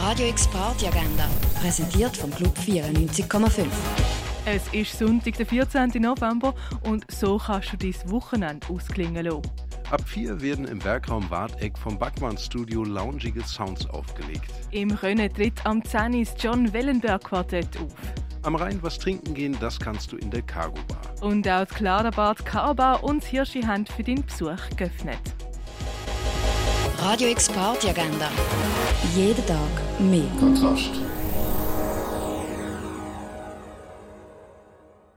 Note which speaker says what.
Speaker 1: Radio X Agenda, präsentiert vom Club 94,5.
Speaker 2: Es ist Sonntag, der 14. November und so kannst du dein Wochenende ausklingen lassen.
Speaker 3: Ab vier werden im Werkraum Warteck vom Backmann Studio loungige Sounds aufgelegt.
Speaker 2: Im Rennen tritt am 10. das John Wellenberg Quartett auf.
Speaker 3: Am Rhein was trinken gehen, das kannst du in der Cargo Bar.
Speaker 2: Und auch die Kladerbad Karbar und das Hirschi haben für deinen Besuch geöffnet.
Speaker 1: Radio X Agenda, jeden Tag mehr.
Speaker 4: Kontrast.